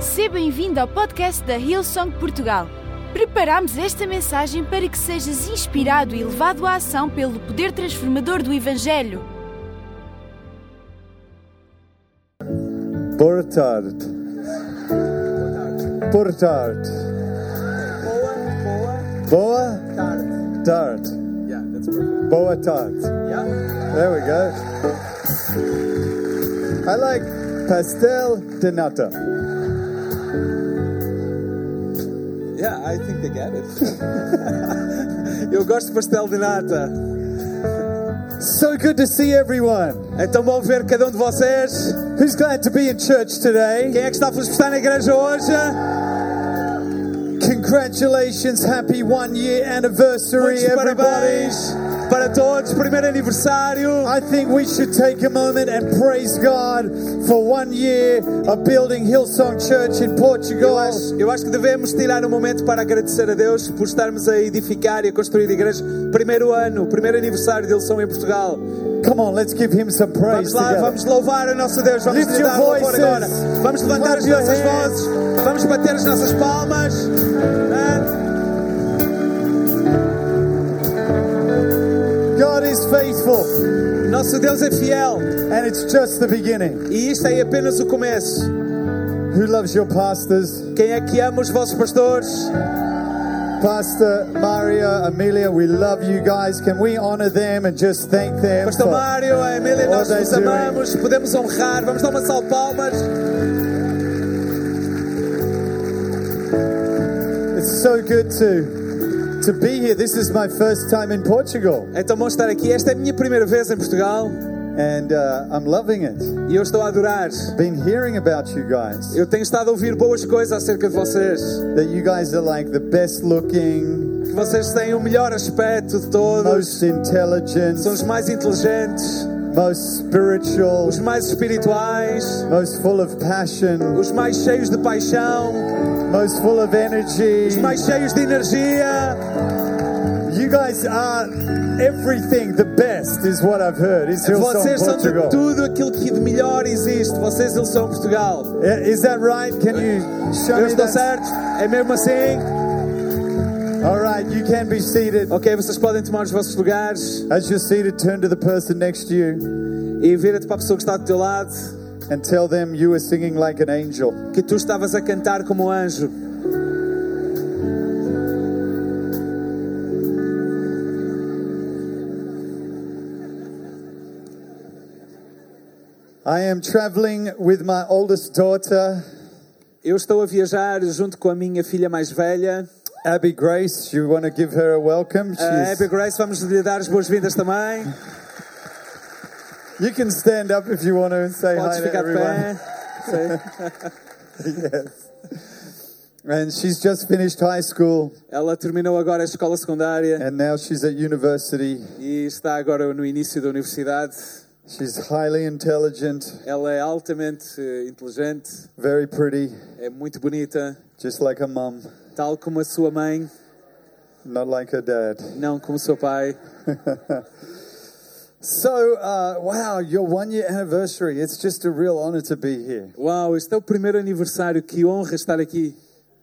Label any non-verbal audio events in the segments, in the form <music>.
Seja bem-vindo ao podcast da Hillsong Portugal. Preparamos esta mensagem para que sejas inspirado e levado à ação pelo poder transformador do Evangelho. Portarte. Portarte. Boa Card. tarde. Yeah, that's perfect. Boa tarde. Yeah. There we go. I like pastel de nata. Yeah, I think they get it. <laughs> Eu gosto de pastel de nata. So good to see everyone. É tão bom ver cada um de vocês. Who's glad to be in church today? Quem é que está feliz por estar na igreja hoje? Congratulations, happy one year anniversary, Muitos everybody. parabéns para todos. Primeiro aniversário. I think we should take a moment and praise God for one year of building Hillsong Church in Eu Portugal. acho, eu acho que devemos tirar um momento para agradecer a Deus por estarmos a edificar e a construir a igreja. Primeiro ano, primeiro aniversário de Eleição em Portugal. Come on, let's give him some praise Vamos lá, together. vamos louvar o nosso Deus. Vamos Lift lhe your dar louvor voices. agora. Vamos levantar as Clap your nossas hands. vozes. Vamos bater as nossas palmas. Ah, God is faithful, Nosso Deus é fiel. and it's just the beginning. E isto é apenas o começo. Who loves your pastors? Quem é que ama os vossos pastores? Pastor Mario, Amelia, we love you guys. Can we honor them and just thank them? Pastor for- Mário, a Emília, All nós they vos do. amamos, podemos honrar. Vamos dar uma salva de palmas. It's so good to to be here. This is my first time in Portugal, É tão bom estar aqui. Esta é a minha primeira vez em Portugal and uh, I'm loving it. e eu estou a adorar. Been hearing about you guys, Eu tenho estado a ouvir boas coisas acerca de vocês. that you guys are like the best looking, Que vocês têm o melhor aspecto de todos. most intelligent, São os mais inteligentes, most spiritual, os mais espirituais, most full of passion, os mais cheios de paixão, most full of energy. os mais cheios de energia. You guys are everything. The best is what I've heard. Is Hillsong Vocês são de Portugal? tudo aquilo que de melhor existe. Vocês, eles são Portugal. Yeah, Is that right? Can you show Eu me estou that? certo? É mesmo assim? All right, you can be seated. Ok, vocês podem tomar os vossos lugares As you're seated, turn to the person next to you e vira-te para a pessoa que está do teu lado and tell them you were singing like an angel. que tu estavas a cantar como um anjo. I am traveling with my oldest daughter, Eu estou a viajar junto com a minha filha mais velha, Abby Grace. You want to give her a welcome? a Abby She's, Grace. Vamos lhe dar as boas-vindas também. you can stand up if you want to and say Podes hi to ficar de pé. everyone. Sim. yes. And she's just finished high school Ela terminou agora a escola secundária and now she's at university. e está agora no início da universidade. She's highly intelligent. Ela é altamente eh, inteligente, Very pretty, é muito bonita, just like her mum, tal como a sua mãe, not like her dad. não como o seu pai. So, uh, wow, your one year anniversary. It's just a real honor to be here. Uau, este é o primeiro aniversário, que honra estar aqui.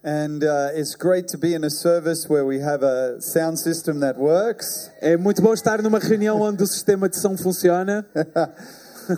And uh, it's great to be in a service where we have a sound system that works. <laughs> É muito bom estar numa reunião onde o sistema de som funciona,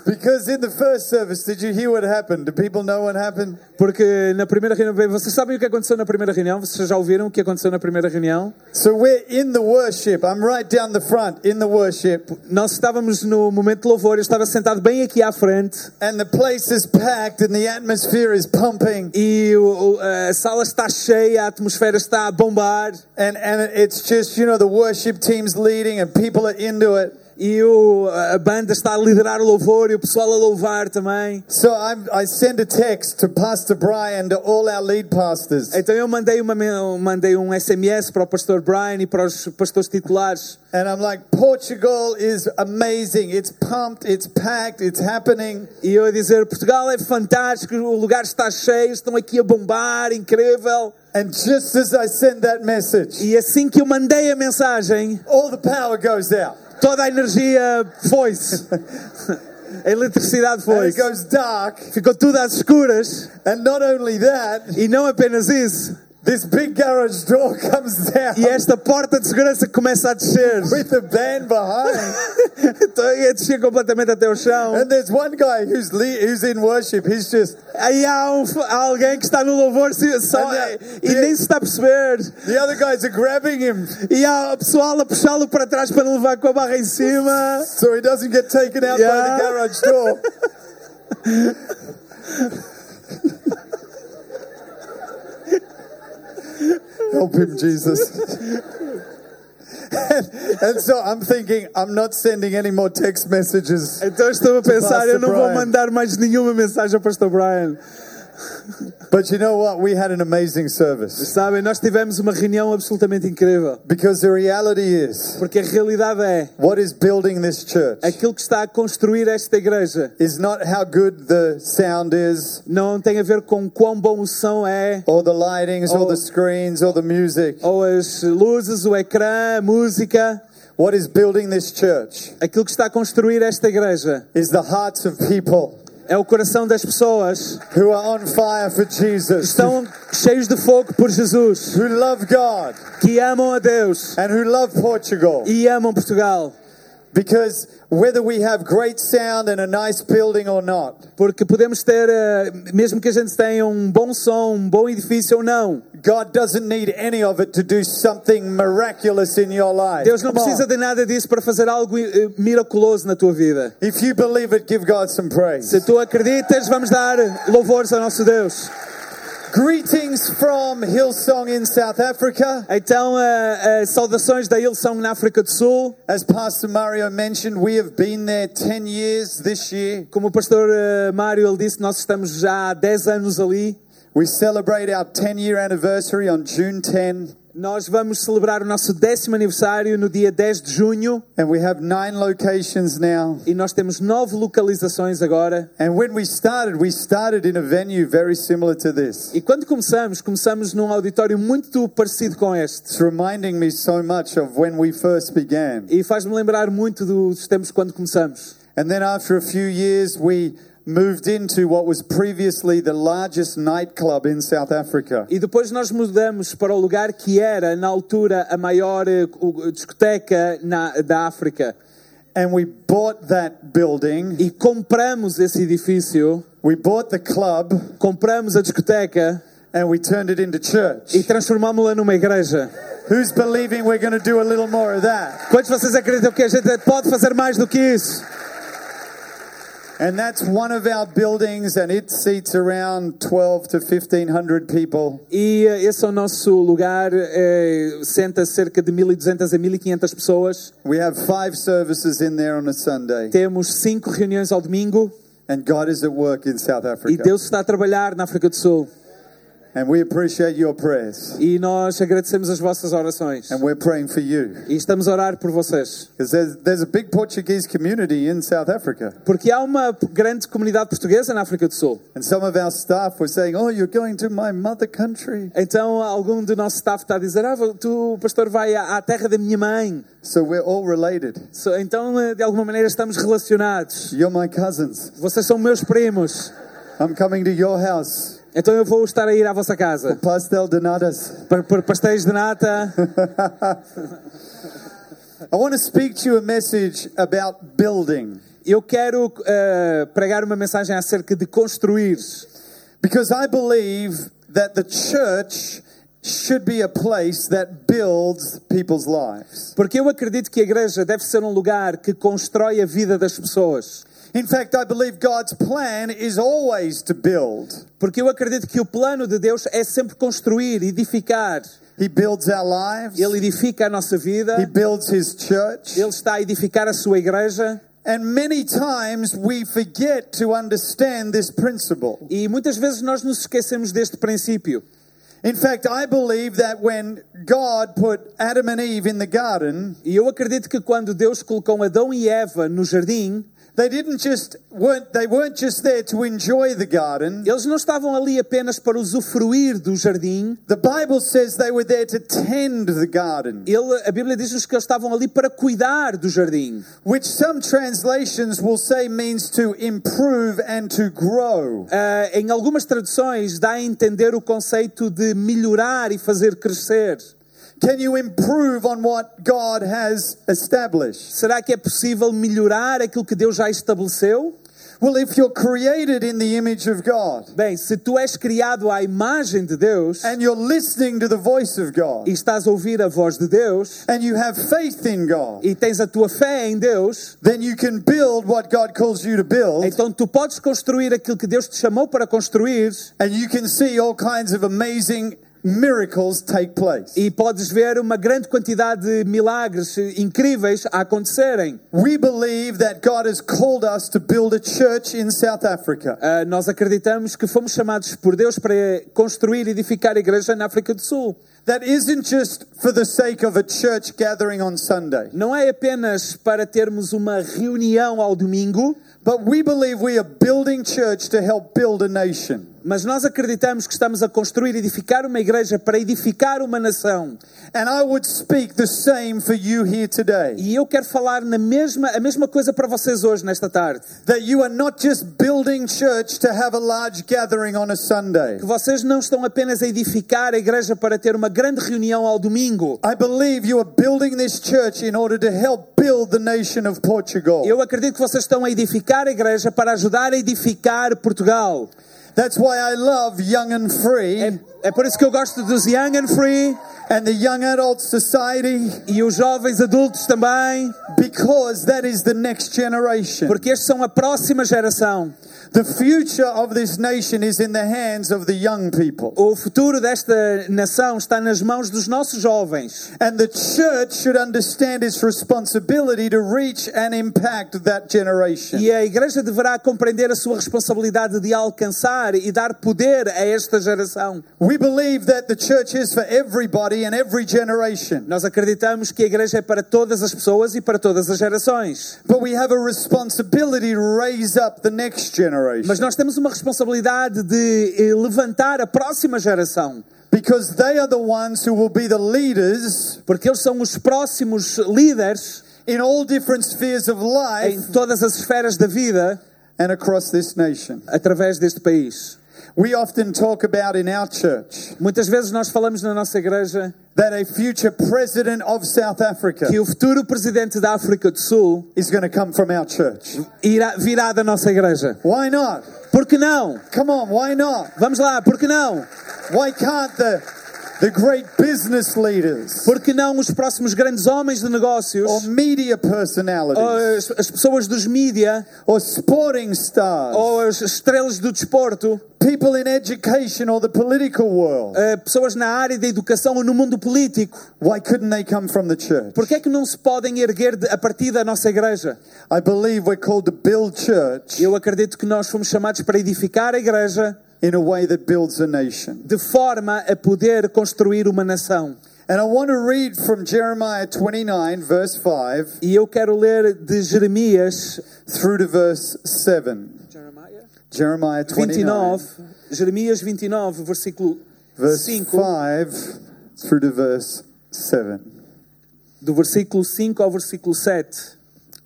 Because in the first service, did you hear what happened? Do people know what happened? porque na primeira reunião, bem, vocês sabem o que aconteceu na primeira reunião? Vocês já ouviram o que aconteceu na primeira reunião? So, we're in the worship. I'm right down the front in the worship, Nós estávamos no momento de louvor, eu estava sentado bem aqui à frente and the place is packed, and the atmosphere is pumping. e o- o- a sala está cheia, a atmosfera está a bombar And, and it's just, you know, the worship team's leading, and people are into it. e o- a banda está a liderar o louvor e o pessoal a louvar também. So I, I send a text to Pastor Brian, to all our lead pastors, Então eu mandei, uma men- eu mandei um SMS para o pastor Brian e para os pastores titulares and I'm like, Portugal is amazing. It's pumped, it's packed, it's happening. e eu a dizer Portugal é fantástico, o lugar está cheio, estão aqui a bombar, incrível. And just as I send that message, E assim que eu mandei a mensagem, all the power goes out. toda a energia foi-se. <laughs> A eletricidade and foi. it goes dark. Ficou tudo às escuras. And not only that, E não apenas isso. this big garage door <laughs> comes down E esta porta de segurança começa a descer. with the band behind. Então, ia descer completamente até o chão. and there's one guy who's le- who's in worship. He's just Aí há, um, f- há alguém que está no louvor se- só, é, Olha, e de- nem se está a perceber. the other guys are grabbing him E há o pessoal a puxá-lo para trás para não levar com a barra em cima. so he doesn't get taken out by Yeah. the garage door. Help him, Jesus. and, and so I'm thinking, I'm not sending any more text messages. Então estou a pensar, Pastor eu não vou Brian. mandar mais nenhuma mensagem ao Pastor Brian. But you know what? We had an amazing service Sabem, nós tivemos uma reunião absolutamente incrível. because the reality is Porque a realidade é, what is building this church aquilo que está a construir esta igreja is not how good the sound is não tem a ver com quão bom o som é, or the lightings or Oh. the screens or the music. ou as luzes, o ecrã, a música. What is building this church Aquilo que está a construir esta igreja is the hearts of people é o coração das pessoas who are on fire for Jesus, estão cheios de fogo por Jesus, who love God que amam a Deus and who love Portugal. e amam Portugal. Because whether we have great sound and a nice building or not, Porque podemos ter, eh, mesmo que a gente tenha um bom som, um bom edifício ou não, God doesn't need any of it to do something miraculous in your life. Deus não Come on. precisa de nada disso para fazer algo eh, miraculoso na tua vida. If you believe it, give God some praise. Se tu acreditas, vamos dar louvores ao nosso Deus. Greetings from Hillsong in South Africa. Então, eh, eh, saudações da Hillsong na África do Sul. As Pastor Mario mentioned, we have been there 10 years this year. Como o pastor eh, Mário ele disse, nós estamos já há 10 anos ali. We celebrate our 10 year anniversary on June 10, Nós vamos celebrar o nosso décimo aniversário no dia 10 de junho. and we have nine locations now. E nós temos nove localizações agora. And when we started, we started in a venue very similar to this. E quando começamos, começamos num auditório muito parecido com este. It's reminding me so much of when we first began. E faz-me lembrar muito dos tempos quando começamos. And then after a few years, we moved into what was previously the largest nightclub in South Africa. E depois nós mudamos para o lugar que era, na altura, a maior eh, o- discoteca na- da África. And we bought that building, E compramos esse edifício, we bought the club, compramos a discoteca and we turned it into church. e transformámo-la numa igreja. Who's believing we're going to do a little more of that? Quantos de vocês acreditam que a gente pode fazer mais do que isso? And that's one of our buildings, and it seats around 12 to 1500 people. E eh, esse é o nosso lugar, eh, senta cerca de 1.200 a 1.500 pessoas. We have five services in there on a Sunday, Temos cinco reuniões ao domingo and God is at work in South e Africa. Deus está a trabalhar na África do Sul. And we appreciate your prayers, E nós agradecemos as vossas orações. and we're praying for you. E estamos a orar por vocês. Because there's, there's a big Portuguese community in South Africa. Porque há uma p- grande comunidade portuguesa na África do Sul. And some of our staff were saying, Oh, you're going to my mother country. Então algum do nosso staff está a dizer: Ah, vo- tu, pastor, vai à, à terra da minha mãe. So we're all related. So, Então, eh, de alguma maneira, estamos relacionados. You're my cousins. Vocês são meus primos. I'm coming to your house. Então eu vou estar a ir à vossa casa. Pastel Donatas. Para, para pastéis de nata. I want to speak to you a message about building Eu quero eh, pregar uma mensagem acerca de construir. because I believe that the church should be a place that builds people's lives. Porque eu acredito que a igreja deve ser um lugar que constrói a vida das pessoas. In fact, I believe God's plan is always to build. Porque eu acredito que o plano de Deus é sempre construir, edificar. He builds our lives, Ele edifica a nossa vida, He builds His church. ele está a edificar a sua igreja. And many times we forget to understand this principle. E muitas vezes nós nos esquecemos deste princípio. In fact, I believe that when God put Adam and Eve in the garden, E eu acredito que quando Deus colocou Adão e Eva no jardim, They didn't just weren't they weren't just there to enjoy the garden. Eles não estavam ali apenas para usufruir do jardim. The Bible says they were there to tend the garden, Ele, a Bíblia diz-nos que eles estavam ali para cuidar do jardim. which some translations will say means to improve and to grow. Ah, em algumas traduções dá a entender o conceito de melhorar e fazer crescer. Can you improve on what God has established? Será que é possível melhorar aquilo que Deus já estabeleceu? Well, if you're created in the image of God Bem, se tu és criado à imagem de Deus and you're listening to the voice of God e estás a ouvir a voz de Deus and you have faith in God, e tens a tua fé em Deus, then you can build what God calls you to build então tu podes construir aquilo que Deus te chamou para construir and you can see all kinds of amazing miracles take place. e podes ver uma grande quantidade de milagres incríveis a acontecerem. We believe that God has called us to build a church in South Africa. Ah, nós acreditamos que fomos chamados por Deus para construir e edificar a igreja na África do Sul. That isn't just for the sake of a church gathering on Sunday, Não é apenas para termos uma reunião ao domingo, but we believe we are building church to help build a nation. mas nós acreditamos que estamos a construir e edificar uma igreja para edificar uma nação. And I would speak the same for you here today. E eu quero falar na mesma, a mesma coisa para vocês hoje, nesta tarde. That you are not just building church to have a large gathering on a Sunday. Que vocês não estão apenas a edificar a igreja para ter uma grande reunião ao domingo. I believe you are building this church in order to help build the nation of Portugal. Eu acredito que vocês estão a edificar a igreja para ajudar a edificar Portugal. That's why I love Young and Free É, é por isso que eu gosto dos Young and Free and the Young Adult Society e os jovens adultos também, because that is the next generation. porque estes são a próxima geração. The future of this nation is in the hands of the young people. O futuro desta nação está nas mãos dos nossos jovens. And the church should understand its responsibility to reach and impact that generation. E a igreja deverá compreender a sua responsabilidade de alcançar e dar poder a esta geração. We believe that the church is for everybody and every generation. Nós acreditamos que a igreja é para todas as pessoas e para todas as gerações. But we have a responsibility to raise up the next generation Mas nós temos uma responsabilidade de eh, levantar a próxima geração, because they are the ones who will be the leaders porque eles são os próximos líderes in all different spheres of life em todas as esferas da vida and across this nation. através deste país. We often talk about in our church Muitas vezes nós falamos na nossa igreja that a future president of South Africa que o futuro presidente da África do Sul is going to come from our church. irá, virá da nossa igreja. Why not? Por que não? Come on, why not? Vamos lá, por que não? Why can't the the great business leaders Por que não os próximos grandes homens de negócios, or media ou personalities as, as pessoas dos mídia, or sporting stars ou as estrelas do desporto, people in education or the political world eh, pessoas na área da educação ou no mundo político? why couldn't they come from the church Por que é que não se podem erguer de- a partir da nossa igreja? i believe we're called to build church Eu acredito que nós fomos chamados para edificar a igreja in a way that builds a nation de forma a poder construir uma nação. and i want to read from jeremiah 29 verse 5 E eu quero ler de Jeremias through to verse 7 jeremiah 29 29, Jeremias 29, versículo verse 5, 5 through to verse 7 do versículo 5 ao versículo 7.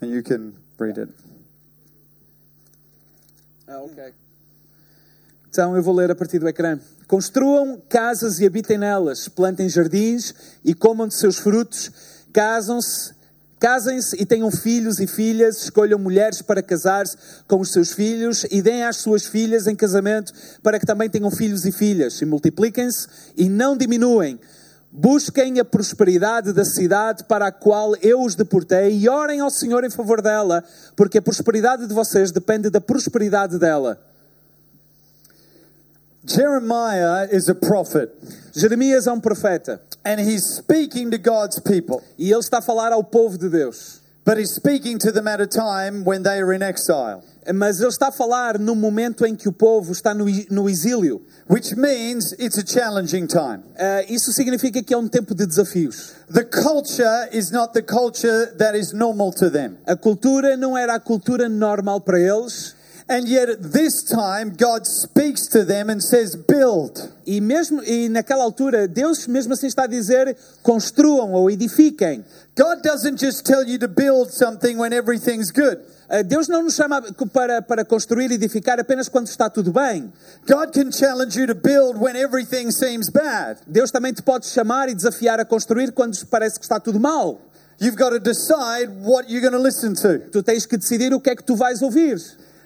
and you can read it Ah, ok. Então eu vou ler a partir do ecrã. Construam casas e habitem nelas, plantem jardins e comam de seus frutos, casam-se, casem-se e tenham filhos e filhas, escolham mulheres para casar-se com os seus filhos e deem às suas filhas em casamento para que também tenham filhos e filhas, e multipliquem-se e não diminuem. Busquem a prosperidade da cidade para a qual eu os deportei e orem ao Senhor em favor dela, porque a prosperidade de vocês depende da prosperidade dela. jeremiah is a prophet Jeremias é um profeta and he's speaking to god's people e ele está a falar ao povo de Deus. But he's speaking to them at a time when they are in exile, Mas ele está a falar no momento em que o povo está no, i- no exílio. which means it's a challenging time. Ah, isso significa que é um tempo de desafios. The culture is not the culture that is normal to them. A cultura não era a cultura normal para eles. And yet at this time, God speaks to them and says, Build. E mesmo e naquela altura, Deus mesmo assim está a dizer: construam ou edifiquem. God doesn't just tell you to build something when everything's good. Ah, Deus não nos chama para, para construir e edificar apenas quando está tudo bem. God can challenge you to build when everything seems bad. Deus também te pode chamar e desafiar a construir quando parece que está tudo mal. You've got to decide what you're going to listen to. Tu tens que decidir o que é que tu vais ouvir.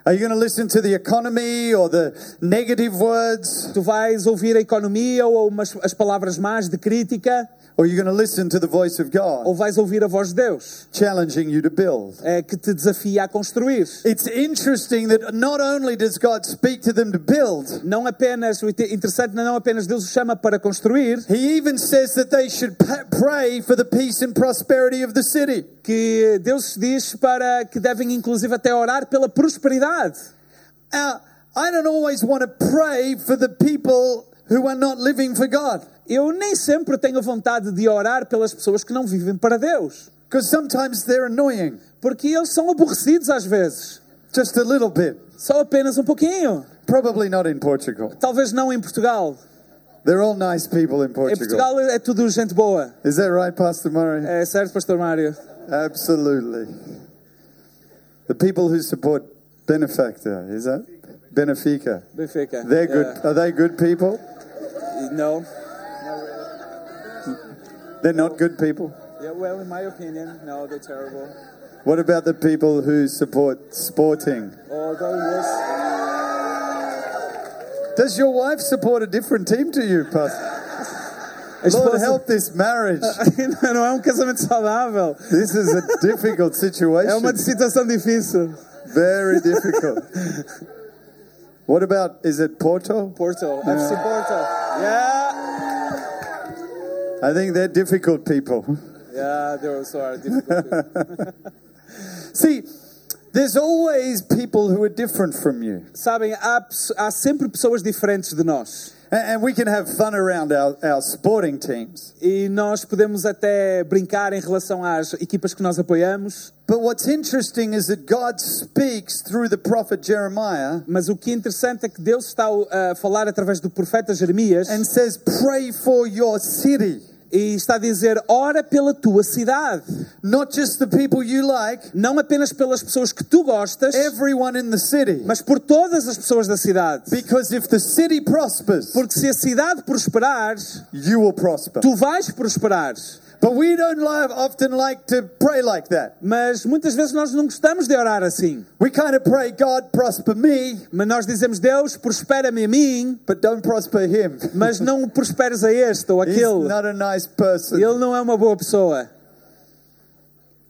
Are you going to listen to the economy or the negative words? Tu vais ouvir a economia ou umas, as palavras más de crítica, Or are you going to listen to the voice of God ou vais ouvir a voz de Deus, challenging you to build? eh, que te desafia a construir. It's interesting that not only does God speak to them to build, Não apenas, o inte- interessante, não apenas Deus o chama para construir, He even says that they should pa- pray for the peace and prosperity of the city. que Deus diz para que devem inclusive até orar pela prosperidade. Now, I don't always want to pray for the people who are not living for God Eu nem sempre tenho vontade de orar pelas pessoas que não vivem para Deus, because sometimes they're annoying porque eles são aborrecidos às vezes, just a little bit. só apenas um pouquinho. Probably not in Portugal. Talvez não em Portugal. They're all nice people in Em Portugal. Portugal é tudo gente boa. Is that right, Pastor Murray? É certo, Pastor Mário? Absolutely. The people who support Benefactor, is that? Benefica. Benfica. É, They're good. Are they good people? Yeah. No. They're not good people. Yeah, well, in my opinion, no, they're terrible. What about the people who support sporting? Although, yes. Does your wife support a different team to you, Pastor? A Lord, esposa- help this marriage. <laughs> não é um casamento saudável. This is a difficult É uma situation. situação difícil. Very difficult. What about, is it Porto? Porto. FC Porto. Yeah. I think they're difficult people. Yeah, they also <laughs> are difficult. See, there's always people who are different from you. Sabem, há, pesso- há sempre pessoas diferentes de nós. And, and we can have fun around our, our sporting teams. E nós podemos até brincar em relação às equipas que nós apoiamos. But what's interesting is that God speaks through the prophet Jeremiah Mas o que é interessante é que Deus está a falar através do profeta Jeremias and says, Pray for your city. e está a dizer: ora pela tua cidade. Not just the people you like, Não apenas pelas pessoas que tu gostas, everyone in the city. mas por todas as pessoas da cidade. Because if the city prospers, Porque se a cidade prosperar, you will prosper. tu vais prosperar. But we don't li- often like to pray like that. Mas muitas vezes nós não gostamos de orar assim. We kind of pray, God, prosper me, Mas nós dizemos: Deus, prospera-me a mim, but don't prosper him. mas não o prosperes a este <laughs> ou He's aquele. not a nice person. Ele não é uma boa pessoa.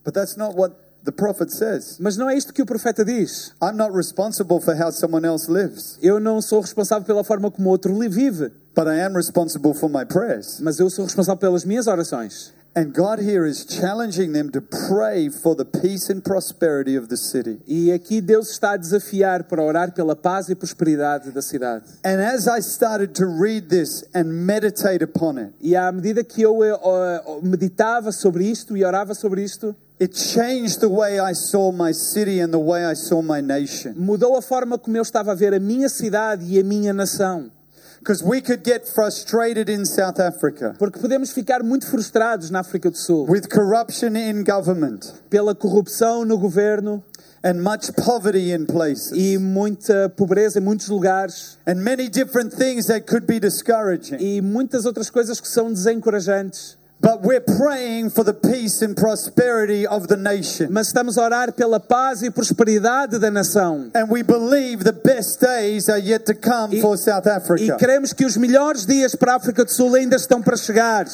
But that's not what the prophet says. Mas não é isto que o profeta diz. I'm not responsible for how someone else lives, Eu não sou responsável pela forma como outro li- vive, but I am responsible for my prayers. mas eu sou responsável pelas minhas orações. And God here is challenging them to pray for the peace and prosperity of the city. E aqui Deus está a desafiar para orar pela paz e prosperidade da cidade. And as I started to read this and meditate upon it, E à medida que eu eh, ó, ó, meditava sobre isto e orava sobre isto, it changed the way I saw my city and the way I saw my nation. mudou a forma como eu estava a ver a minha cidade e a minha nação. Because we could get frustrated in South Africa Porque podemos ficar muito frustrados na África do Sul with corruption in government pela corrupção no governo and much poverty in places e muita pobreza em muitos lugares and many different things that could be discouraging. e muitas outras coisas que são desencorajantes. But we're praying for the peace and prosperity of the nation. Mas estamos a orar pela paz e prosperidade da nação. And we believe the best days are yet to come for South E Africa. queremos que os melhores dias para a África do Sul ainda estão para chegar.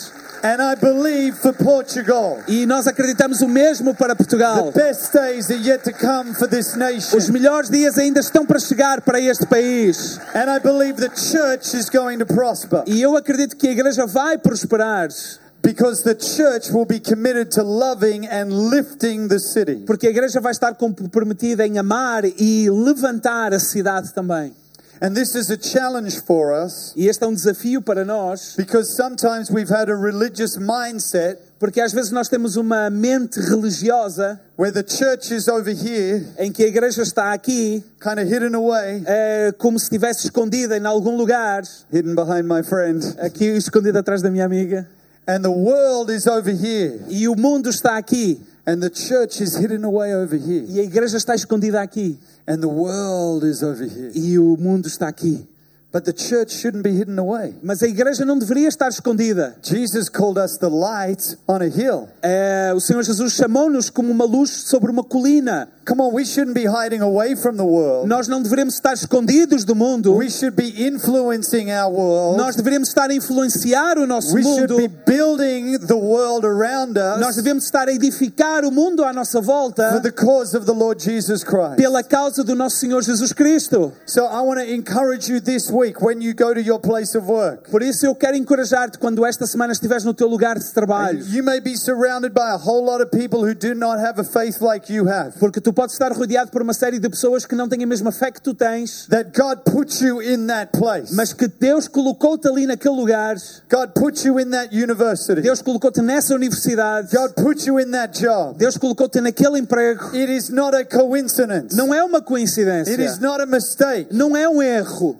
And I believe for Portugal, E nós acreditamos o mesmo para the Portugal. best days are yet to come for this Os nation. melhores dias ainda estão para chegar para este país. And I believe the church is going to prosper. E eu acredito que a igreja vai prosperar. because the church will be committed to loving and lifting the city. Porque a igreja vai estar comprometida em amar e levantar a cidade também. And this is a challenge for us E este é um desafio para nós, because sometimes we've had a religious mindset porque às vezes nós temos uma mente religiosa where the church is over here, em que a igreja está aqui, kind of hidden away, eh, como se estivesse escondida em algum lugar, hidden behind my friend, aqui escondida atrás da minha amiga, and the world is over here, e o mundo está aqui, and the church is hidden away over here, e a igreja está escondida aqui, and the world is over here. e o mundo está aqui. But the church shouldn't be hidden away. Mas a igreja não deveria estar escondida. Jesus called us the light on a hill. Eh, o Senhor Jesus chamou-nos como uma luz sobre uma colina. Come on, we shouldn't be hiding away from the world. Nós não deveremos estar escondidos do mundo. We should be influencing our world. Nós deveremos estar a influenciar o nosso we should mundo. be building the world around Nós us devemos estar a edificar o mundo à nossa for volta the cause of the Lord Jesus Christ. pela causa do nosso Senhor Jesus Cristo. So I want to encourage you this week when you go to your place of work. Por isso eu quero encorajar-te quando esta semana estiveres no teu lugar de trabalho. You may be surrounded by a whole lot of people who do not have a faith like you have. Porque tu podes estar rodeado por uma série de pessoas que não têm a mesma fé que tu tens, That God put you in that place. mas que Deus colocou-te ali naquele lugar. God put you in that university. Deus colocou-te nessa universidade. God put you in that job. Deus colocou-te naquele emprego. It is not a coincidence. Não é uma It is coincidência. not a mistake. Não é um erro.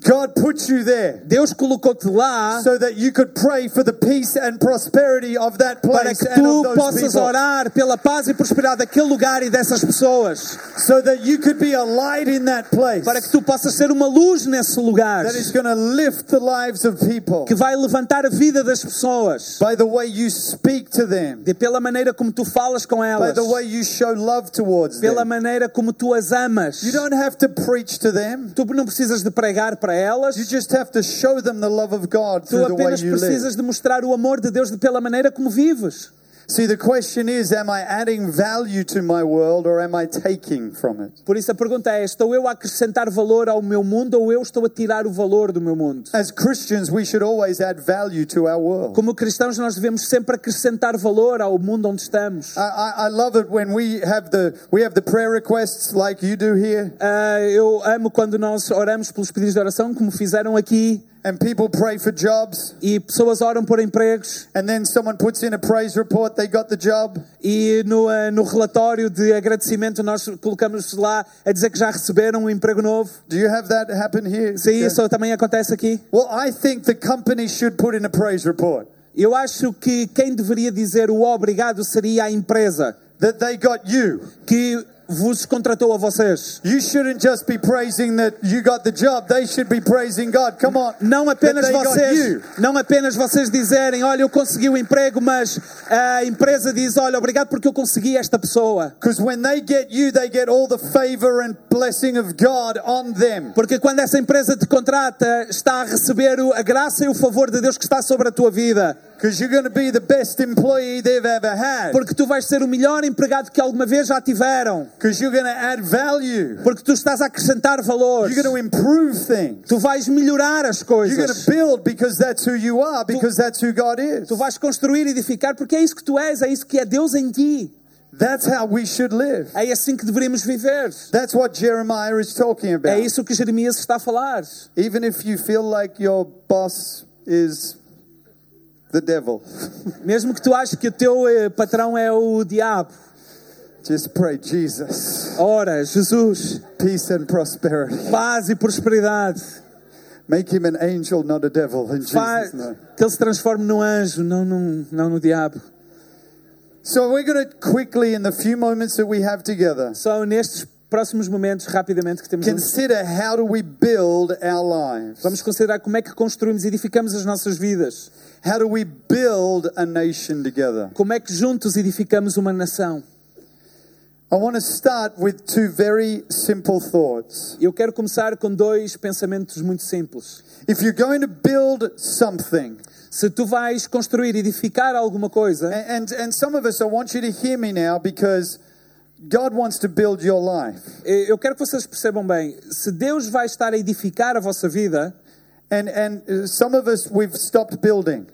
God put you there Deus colocou-te lá so that you could pray for the peace and prosperity of that para place que and tu of those possas people. orar pela paz e prosperidade daquele lugar e dessas pessoas. So that you could be a light in that place Para que tu possas ser uma luz nesse lugar that is going to lift the lives of people que vai levantar a vida das pessoas by the way you speak to them, de pela maneira como tu falas com by elas, the way you show love towards pela them. maneira como tu as amas. You don't have to preach to them. Tu não precisas de pregar para elas. You just have to show them the love of God Tu through the way apenas you live. precisas de mostrar o amor de Deus de pela maneira como vives. See, the question is, am I adding value to my world or am I taking from it? Por isso a pergunta é: estou eu a acrescentar valor ao meu mundo ou eu estou a tirar o valor do meu mundo? As Christians, we should always add value to our world. Como cristãos, nós devemos sempre acrescentar valor ao mundo onde estamos. I, I, I love it when we have the we have the prayer requests like you do here, Ah, eu amo quando nós oramos pelos pedidos de oração, como fizeram aqui, and people pray for jobs, e pessoas oram por empregos, and then someone puts in a praise report they got the job, e no, ah, no relatório de agradecimento nós colocamos lá a dizer que já receberam um emprego novo. Do you have that happen here? Se Yeah. isso também acontece aqui. Well, I think the company should put in a praise report Eu acho que quem deveria dizer o obrigado seria a empresa that they got you. que vos contratou a vocês. You shouldn't just be praising that you got the job. They should be praising God. Come on. Não apenas that they got you. vocês, não apenas vocês dizerem, olha, eu consegui o emprego, mas a empresa diz, olha, obrigado porque eu consegui esta pessoa. Because when they get you, they get all the favor and blessing of God on them. Porque quando essa empresa te contrata, está a receber o- a graça e o favor de Deus que está sobre a tua vida. Because you're going to be the best employee they've ever had. Porque tu vais ser o melhor empregado que alguma vez já tiveram. Because you're going to add value. Porque tu estás a acrescentar valor. You're going to improve things. Tu vais melhorar as You're going coisas. to build because that's who you are, because that's who God is. Tu vais construir e edificar porque é isso que tu és, é isso que é Deus em ti. That's how we should live. É assim que deveríamos viver. That's what Jeremiah is talking É about. isso que Jeremias está a falar. Even if you feel like your boss is the devil, Mesmo que tu aches que o teu eh, patrão é o diabo. just pray, Jesus, Ora, Jesus, peace and prosperity. paz e prosperidade. Make him an angel, not a devil, in Faz Jesus' é? name. que ele se transforme num anjo, não, num, não no diabo. So we're going to quickly, in the few moments that we have together, Só nestes próximos momentos, rapidamente, que temos. um, consider how do we build our lives? Vamos considerar como é que construímos e edificamos as nossas vidas. How do we build a nation together? Como é que juntos edificamos uma nação. I want to start with two very simple thoughts. Eu quero começar com dois pensamentos muito simples. If you're going to build something, Se tu vais construir, edificar alguma coisa, And, and some of us, I want you to hear me now because God wants to build your life. eh, eu quero que vocês percebam bem. Se Deus vai estar a edificar a vossa vida, And, and uh, some of us, we've stopped building.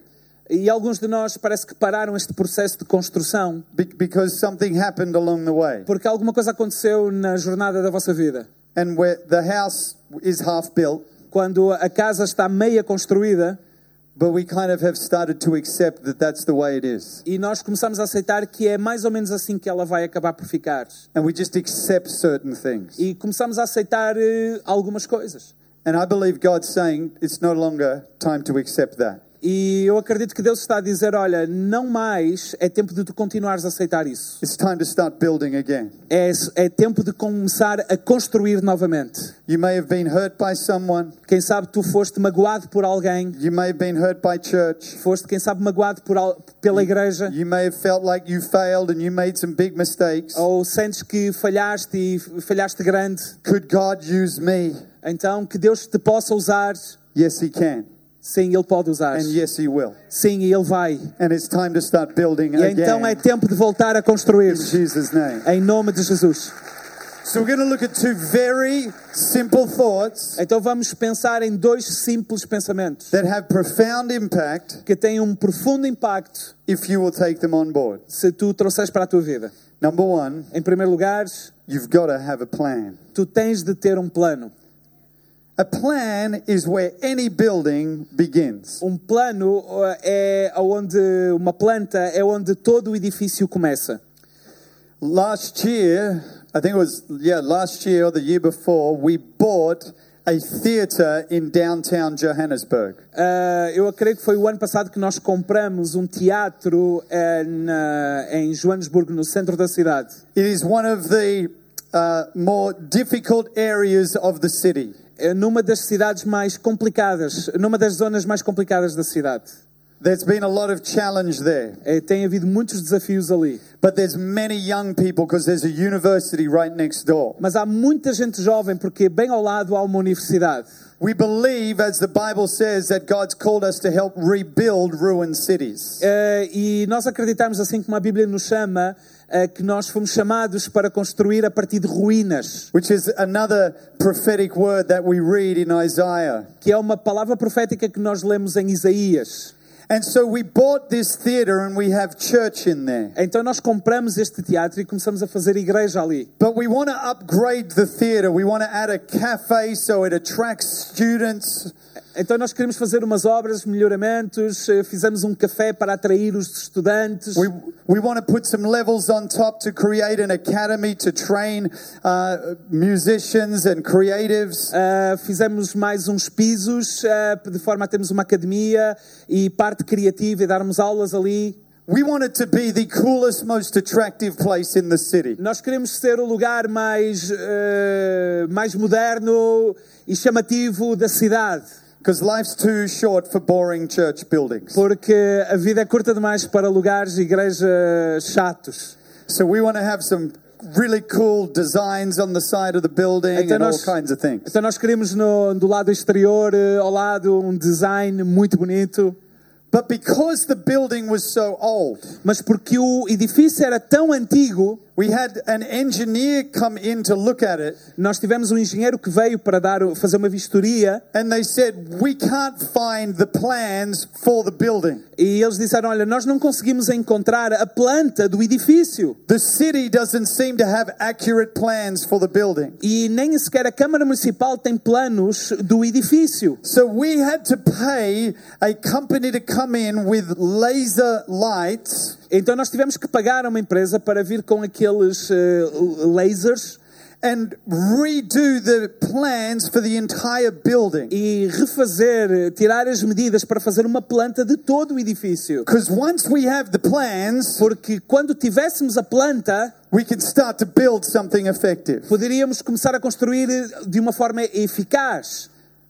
E alguns de nós parece que pararam este processo de construção be- because something happened along the way. porque alguma coisa aconteceu na jornada da vossa vida. And where the house is half built, Quando a casa está meia construída but we kind of have started to accept that that's the way it is. e nós começamos a aceitar que é mais ou menos assim que ela vai acabar por ficar. And we just accept certain things. E começamos a aceitar eh, algumas coisas. And I believe God's saying it's no longer time to accept that. E eu acredito que Deus está a dizer: olha, não mais é tempo de tu continuares a aceitar isso. It's time to start building again. É, é tempo de começar a construir novamente. You may have been hurt by someone, Quem sabe tu foste magoado por alguém, you may have been hurt by church, foste, quem sabe, magoado por, al- pela igreja, you may have felt like you failed and you made some big mistakes. Oh, ou sentes que falhaste e f- falhaste grande. Could God use me? Então, que Deus te possa usar. Yes, He can. Sim, Ele pode usar. And yes, He will. Sim, e Ele vai. And it's time to start building E então é again tempo de voltar a construir. in Jesus' name. Em nome de Jesus. So we're going to look at two very simple thoughts Então vamos pensar em dois simples pensamentos that have profound impact que têm um profundo impacto if you will take them on board. se tu trouxeres para a tua vida. Number one, Em primeiro lugar, you've got to have a plan. tu tens de ter um plano. A plan is where any building begins. Um plano uh, é onde uma planta é onde todo o edifício começa. Last year, I think it was, yeah, last year or the year before, we bought a theater in downtown Johannesburg. Ah, eu acredito que foi o ano passado que nós compramos um teatro eh, na- em Joanesburgo, no centro da cidade. It is one of the uh, more difficult areas of the city. É numa das cidades mais complicadas, numa das zonas mais complicadas da cidade. There's been a lot of challenge there, Eh, tem havido muitos desafios ali. but there's many young people because there's a university right next door. Mas há muita gente jovem porque bem ao lado há uma universidade. We believe, as the Bible says, that God's called us to help rebuild ruined cities. Eh, e nós acreditamos, assim como a Bíblia nos chama, eh, que nós fomos chamados para construir a partir de ruínas, Which is another prophetic word that we read in Isaiah. que é uma palavra profética que nós lemos em Isaías. And so we bought this theater and we have church in there. Então nós compramos este teatro e começamos a fazer igreja ali. But we want to upgrade the theater. We want to add a cafe so it attracts students. Então nós queremos fazer umas obras, melhoramentos, eh, fizemos um café para atrair os estudantes. We, we want to put some levels on top to create an academy to train uh, musicians and creatives. Ah, fizemos mais uns pisos, ah, de forma a termos uma academia e parte criativa e darmos aulas ali. We want it to be the coolest, most attractive place in the city. Nós queremos ser o lugar mais, eh, mais moderno e chamativo da cidade, Because life's too short for boring church buildings. porque a vida é curta demais para lugares e igrejas chatos. So we want to have some really cool designs on the side of the building Então and all nós, kinds of things. então nós queremos no, do lado exterior, eh, ao lado, um design muito bonito. But because the building was so old, Mas porque o edifício era tão antigo, we had an engineer come in to look at it, nós tivemos um engenheiro que veio para dar, o- fazer uma vistoria and they said, We can't find the plans for the building. E eles disseram: Olha, nós não conseguimos encontrar a planta do edifício. The city doesn't seem to have accurate plans for the building. E nem sequer a Câmara Municipal tem planos do edifício. So we had to pay a company to come in with laser lights Então nós tivemos que pagar a uma empresa para vir com aqueles eh, lasers and redo the plans for the entire building. e refazer, eh, tirar as medidas para fazer uma planta de todo o edifício. Because once we have the plans, Porque quando tivéssemos a planta, we can start to build something effective. poderíamos começar a construir eh, de uma forma eficaz.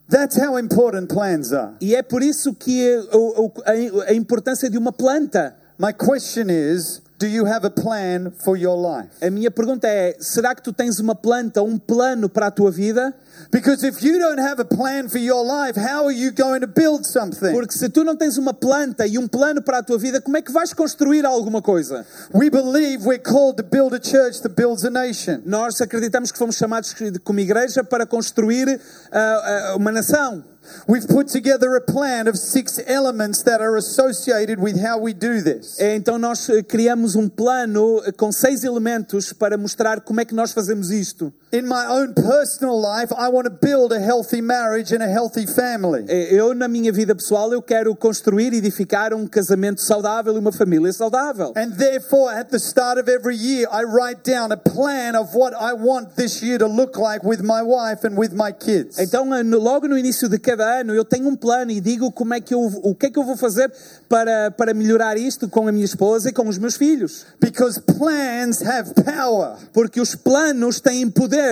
That's how important plans are. E é por isso que eh, o- o- a- a importância de uma planta. My question is do you have a plan for your life? A minha pergunta é: será que tu tens uma planta, um plano para a tua vida? Because if you don't have a plan for your life, how are you going to build something? Porque se tu não tens uma planta e um plano para a tua vida, como é que vais construir alguma coisa? We believe we're called to build a church that builds a nation. Nós acreditamos que fomos chamados como igreja para construir ah, ah, uma nação. We've put together a plan of six elements that are associated with how we do this. Eh, Então nós eh, criamos um plano eh, com seis elementos para mostrar como é que nós fazemos isto. In my own personal life, I want to build a healthy marriage and a healthy family. Eh, Eu na minha vida pessoal eu quero construir e edificar um casamento saudável e uma família saudável. And therefore, at the start of every year, I write down a plan of what I want this year to look like with my wife and with my kids. Então, eh, no- logo no início de cada ano, eu tenho um plano e digo como é que eu, o que é que eu vou fazer para, para melhorar isto com a minha esposa e com os meus filhos. Because plans have power. Porque os planos têm poderes.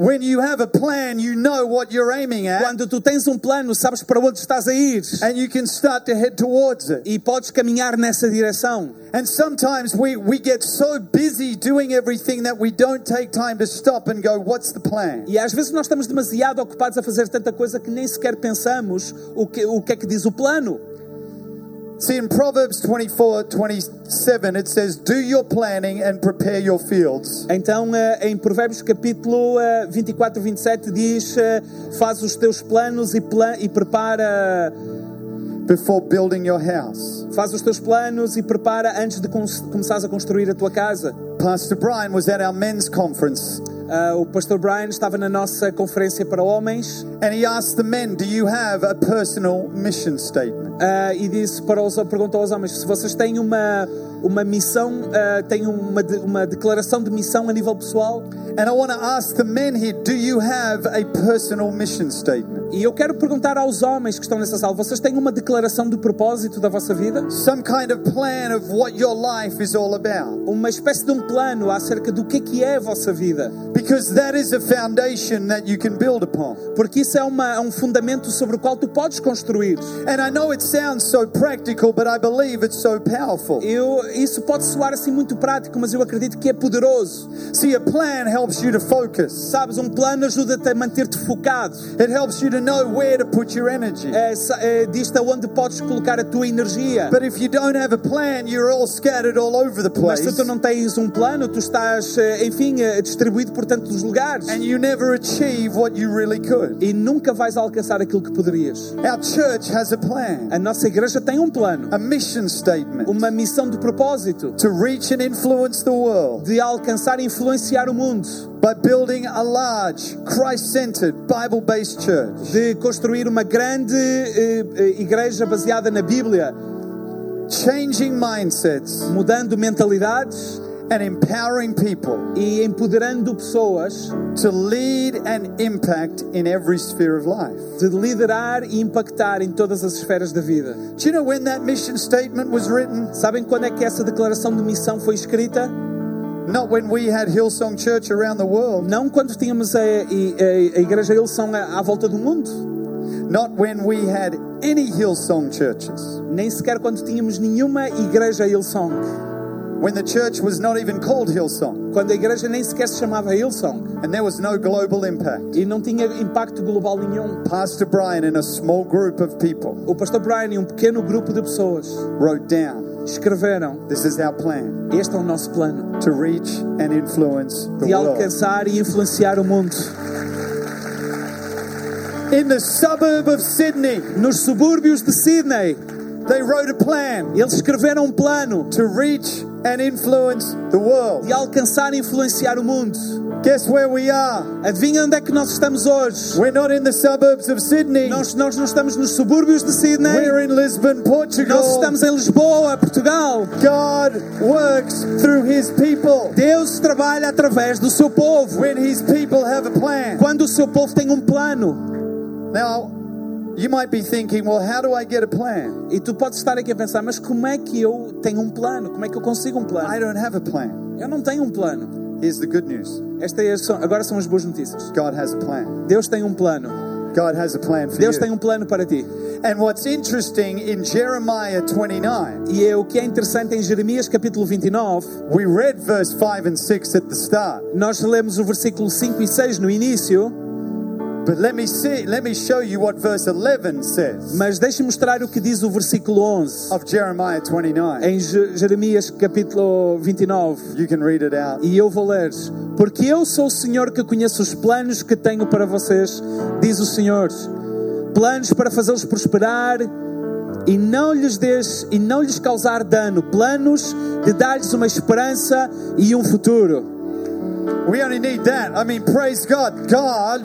When you have a plan, you know what you're aiming at Quando tu tens um plano, sabes para onde estás a ir and you can start to head towards it. e podes caminhar nessa direção. And sometimes we, we get so busy doing everything that we don't take time to stop and go, What's the plan? E às vezes nós estamos demasiado ocupados a fazer tanta coisa que nem sequer pensamos o que, o que é que diz o plano. See, in Proverbs 24 27, it says, Do your planning and prepare your fields. Então, eh, em Provérbios capítulo eh, 24, 27 diz eh, Faz os teus planos e, plan e prepara... before building your house. Faz os teus planos e prepara antes de cons- começares a construir a tua casa. Pastor Brian was at our men's conference Ah, o pastor Brian estava na nossa conferência para homens and he asked the men, Do you have a personal mission statement? ah, e disse para os, perguntou aos homens se vocês têm uma, uma missão, ah, têm uma, de- uma declaração de missão a nível pessoal. And I want to ask the men here, Do you have a personal mission statement? E eu quero perguntar aos homens que estão nessa sala, vocês têm uma declaração de propósito da vossa vida? Some kind of plan of what your life is all about? Uma espécie de um plano acerca do que é que é a vossa vida? Because that is a foundation that you can build upon. Porque isso é, uma, é um fundamento sobre o qual tu podes construir. And I know it sounds so practical, but I believe it's so powerful. Eu, isso pode soar assim muito prático, mas eu acredito que é poderoso. See, a plan helps you to focus, Sabes, um plano ajuda-te a manter-te focado. it helps you to know where to put your energy. É, sa- é, Diz-te onde podes colocar a tua energia. But if you don't have a plan, you're all scattered all over the Mas place. se tu não tens um plano, tu estás, eh, enfim, eh, distribuído por tantos lugares. and you never achieve what you really could. E nunca vais alcançar aquilo que poderias. Our church has a plan, A nossa igreja tem um plano, a mission statement uma missão de propósito, to reach and influence the world de alcançar e influenciar o mundo, by building a large, Christ centered, Bible based church. de construir uma grande eh, eh, igreja baseada na Bíblia, Changing mindsets mudando mentalidades and empowering people e empoderando pessoas to lead and impact in every sphere of life. de liderar e impactar em todas as esferas da vida. Do you know when that mission statement was written? Sabem quando é que essa declaração de missão foi escrita? Not when we had Hillsong Church around the world. Não quando tínhamos a, a, a Igreja Eleição à, à volta do mundo, Not when we had any Hillsong churches, nem sequer quando tínhamos nenhuma Igreja Eleição, when the church was not even called Hillsong, quando a Igreja nem sequer se chamava Eleição and there was no global impact. e não tinha impacto global nenhum. Pastor Brian and a small group of people O pastor Brian e um pequeno grupo de pessoas wrote down escreveram: this is our plan Este é o nosso plano to reach and influence the de world. alcançar e influenciar o mundo. In the suburb of Sydney, Nos subúrbios de Sydney, they wrote a plan eles escreveram um plano to reach and influence the world. de alcançar e influenciar o mundo. Guess where we are? Adivinha onde é que nós estamos hoje? We're not in the suburbs of Sydney, Nós, nós não estamos nos subúrbios de Sydney. we're in Lisbon, Nós Portugal. estamos em Lisboa, Portugal. God works through his people. Deus trabalha através do seu povo. when his people have a plan. Quando o seu povo tem um plano. Now, you might be thinking, well, how do I get a plan? E tu podes estar aqui a pensar, mas como é que eu tenho um plano? Como é que eu consigo um I plano? don't have a plan. Eu não tenho um plano. Here's the good news Esta é, só- agora são as boas notícias. God has a plan. Deus tem um plano. God has a plan for Deus tem you. um plano para ti. And what's interesting in Jeremiah 29, E é o que é interessante em Jeremias capítulo 29, we read verse 5 and 6 at the start. nós lemos o versículo 5 e 6 no início, But let me see, let me show you what verse 11 says mas deixe-me mostrar o que diz o versículo 11 of Jeremiah 29. em Je- Jeremias capítulo 29. You can read it out. E eu vou ler Porque eu sou o Senhor que conheço os planos que tenho para vocês, diz o Senhor. planos para fazê-los prosperar e não lhes des e não lhes causar dano, planos de dar-lhes uma esperança e um futuro. We only need that. I mean, praise God. God,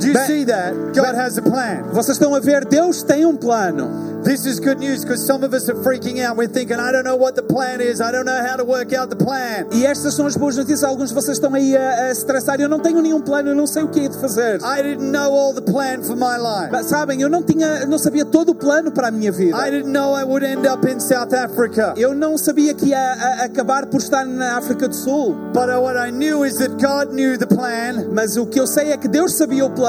do you But- see that? God but- has a plan. Vocês estão a ver, Deus tem um plano. This is good news because some of us are freaking out. We're thinking, I don't know what the plan is. I don't know how to work out the plan. E estas são as boas notícias. Alguns de vocês estão aí a, a estressar. Eu não tenho nenhum plano, eu não sei o que é de fazer. I didn't know all the plan for my life. Mas, sabem, eu não tinha, eu não sabia todo o plano para a minha vida. I didn't know I would end up in South Africa. Eu não sabia que ia a- acabar por estar na África do Sul. But what I knew is that God knew the plan. Mas o que eu sei é que Deus sabia o plano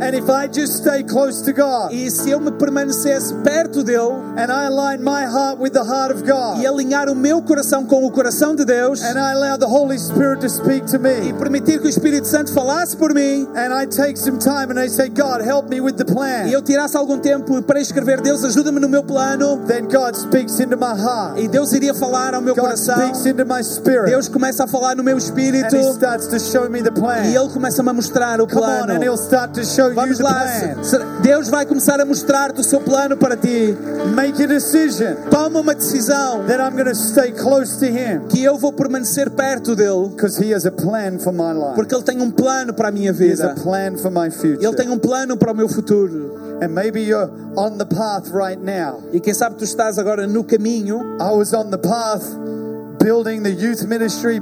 And if I just stay close to God e se eu me permanecesse perto dele and I align my heart with the heart of God e alinhar o meu coração com o coração de Deus and I allow the Holy Spirit to speak to me e permitir que o Espírito Santo falasse por mim and I take some time and I say, God, help me with the e plan, eu tirasse algum tempo para escrever Deus ajuda-me no meu plano then God speaks into my heart. e Deus iria falar ao meu God coração speaks into my spirit Deus começa a falar no meu and espírito He starts to show me the e plan. Ele começa-me a mostrar o Come on, and He'll plano start to show you vamos the lá plan. se- Deus vai começar a mostrar-te o seu plano para ti Make a decision toma uma decisão that I'm going to stay close to Him que eu vou permanecer perto dele because He has a plan for my life. porque Ele tem um plano para a minha He has a vida plan for my Ele future. tem um plano para o meu futuro. And maybe you're on the path right now. E quem sabe tu estás agora no caminho. I was on the path building the youth ministry,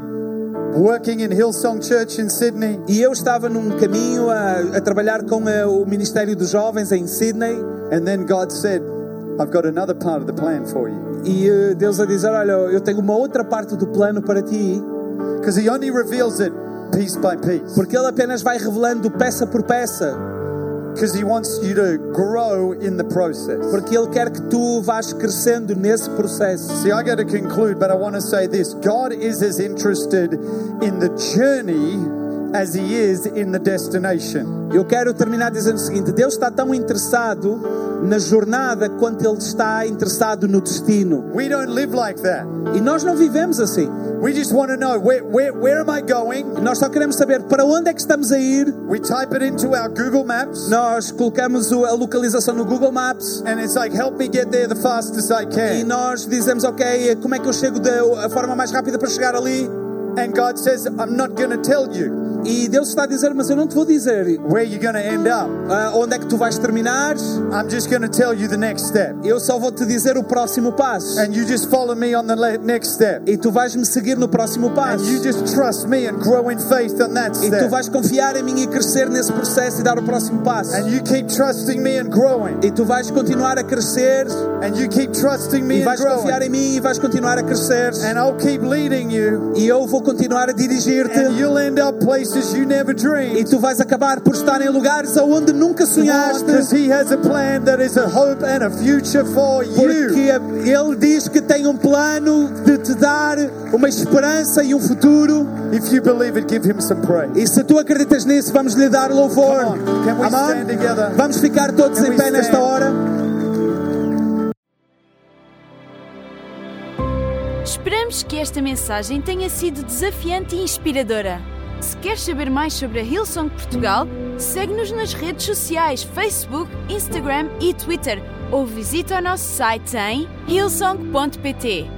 working in Hillsong Church in Sydney, E eu estava num caminho a, a trabalhar com eh, o Ministério dos Jovens em Sydney. and then God said, I've got another part of the plan for you. E eh, Deus a dizer: Olha, eu tenho uma outra parte do plano para ti. Because He only reveals it piece by piece. Porque Ele apenas vai revelando peça por peça. Because He wants you to grow in the process. Porque Ele quer que tu vás crescendo nesse processo. See, I got to conclude, but I want to say this God is as interested in the journey as He is in the destination. Eu quero terminar dizendo o seguinte: Deus está tão interessado na jornada quanto Ele está interessado no destino. We don't live like that. E nós não vivemos assim. We just want to know where, where, where am I going? Nós só queremos saber para onde é que estamos a ir. We type it into our Google Maps, Nós colocamos o- a localização no Google Maps and it's like, help me get there the fastest I e can. nós dizemos, ok, como é que eu chego da a forma mais rápida para chegar ali? And God says, I'm not going to tell you E Deus está a dizer, mas eu não te vou dizer where you're going to end up. ah, onde é que tu vais terminar, I'm just going to tell you the next step. eu só vou te dizer o próximo passo. And you just follow me on the le- next step. E tu vais me seguir no próximo And you passo. just trust me and grow in faith on that E tu step. vais confiar em mim e crescer nesse processo e dar o próximo passo. And you keep trusting me and growing. E tu vais continuar a crescer And you keep trusting me e and vais confiar growing. em mim e vais continuar a crescer. And I'll keep leading you. E eu vou continuar a dirigir-te. And you'll end up places you never E dreamed. tu vais acabar por estar em lugares aonde nunca Because sonhaste. He has a plan that is a hope and a future for you. Porque Ele diz que tem um plano de te dar uma esperança e um futuro. If you believe it, give him some praise. E se tu acreditas nisso, vamos lhe dar louvor. Come on. Can we stand together? Vamos ficar todos Can em we pé nesta stand? hora. Esperamos que esta mensagem tenha sido desafiante e inspiradora. Se queres saber mais sobre a Hillsong Portugal, segue-nos nas redes sociais Facebook, Instagram e Twitter ou visita o nosso site em hillsong.pt.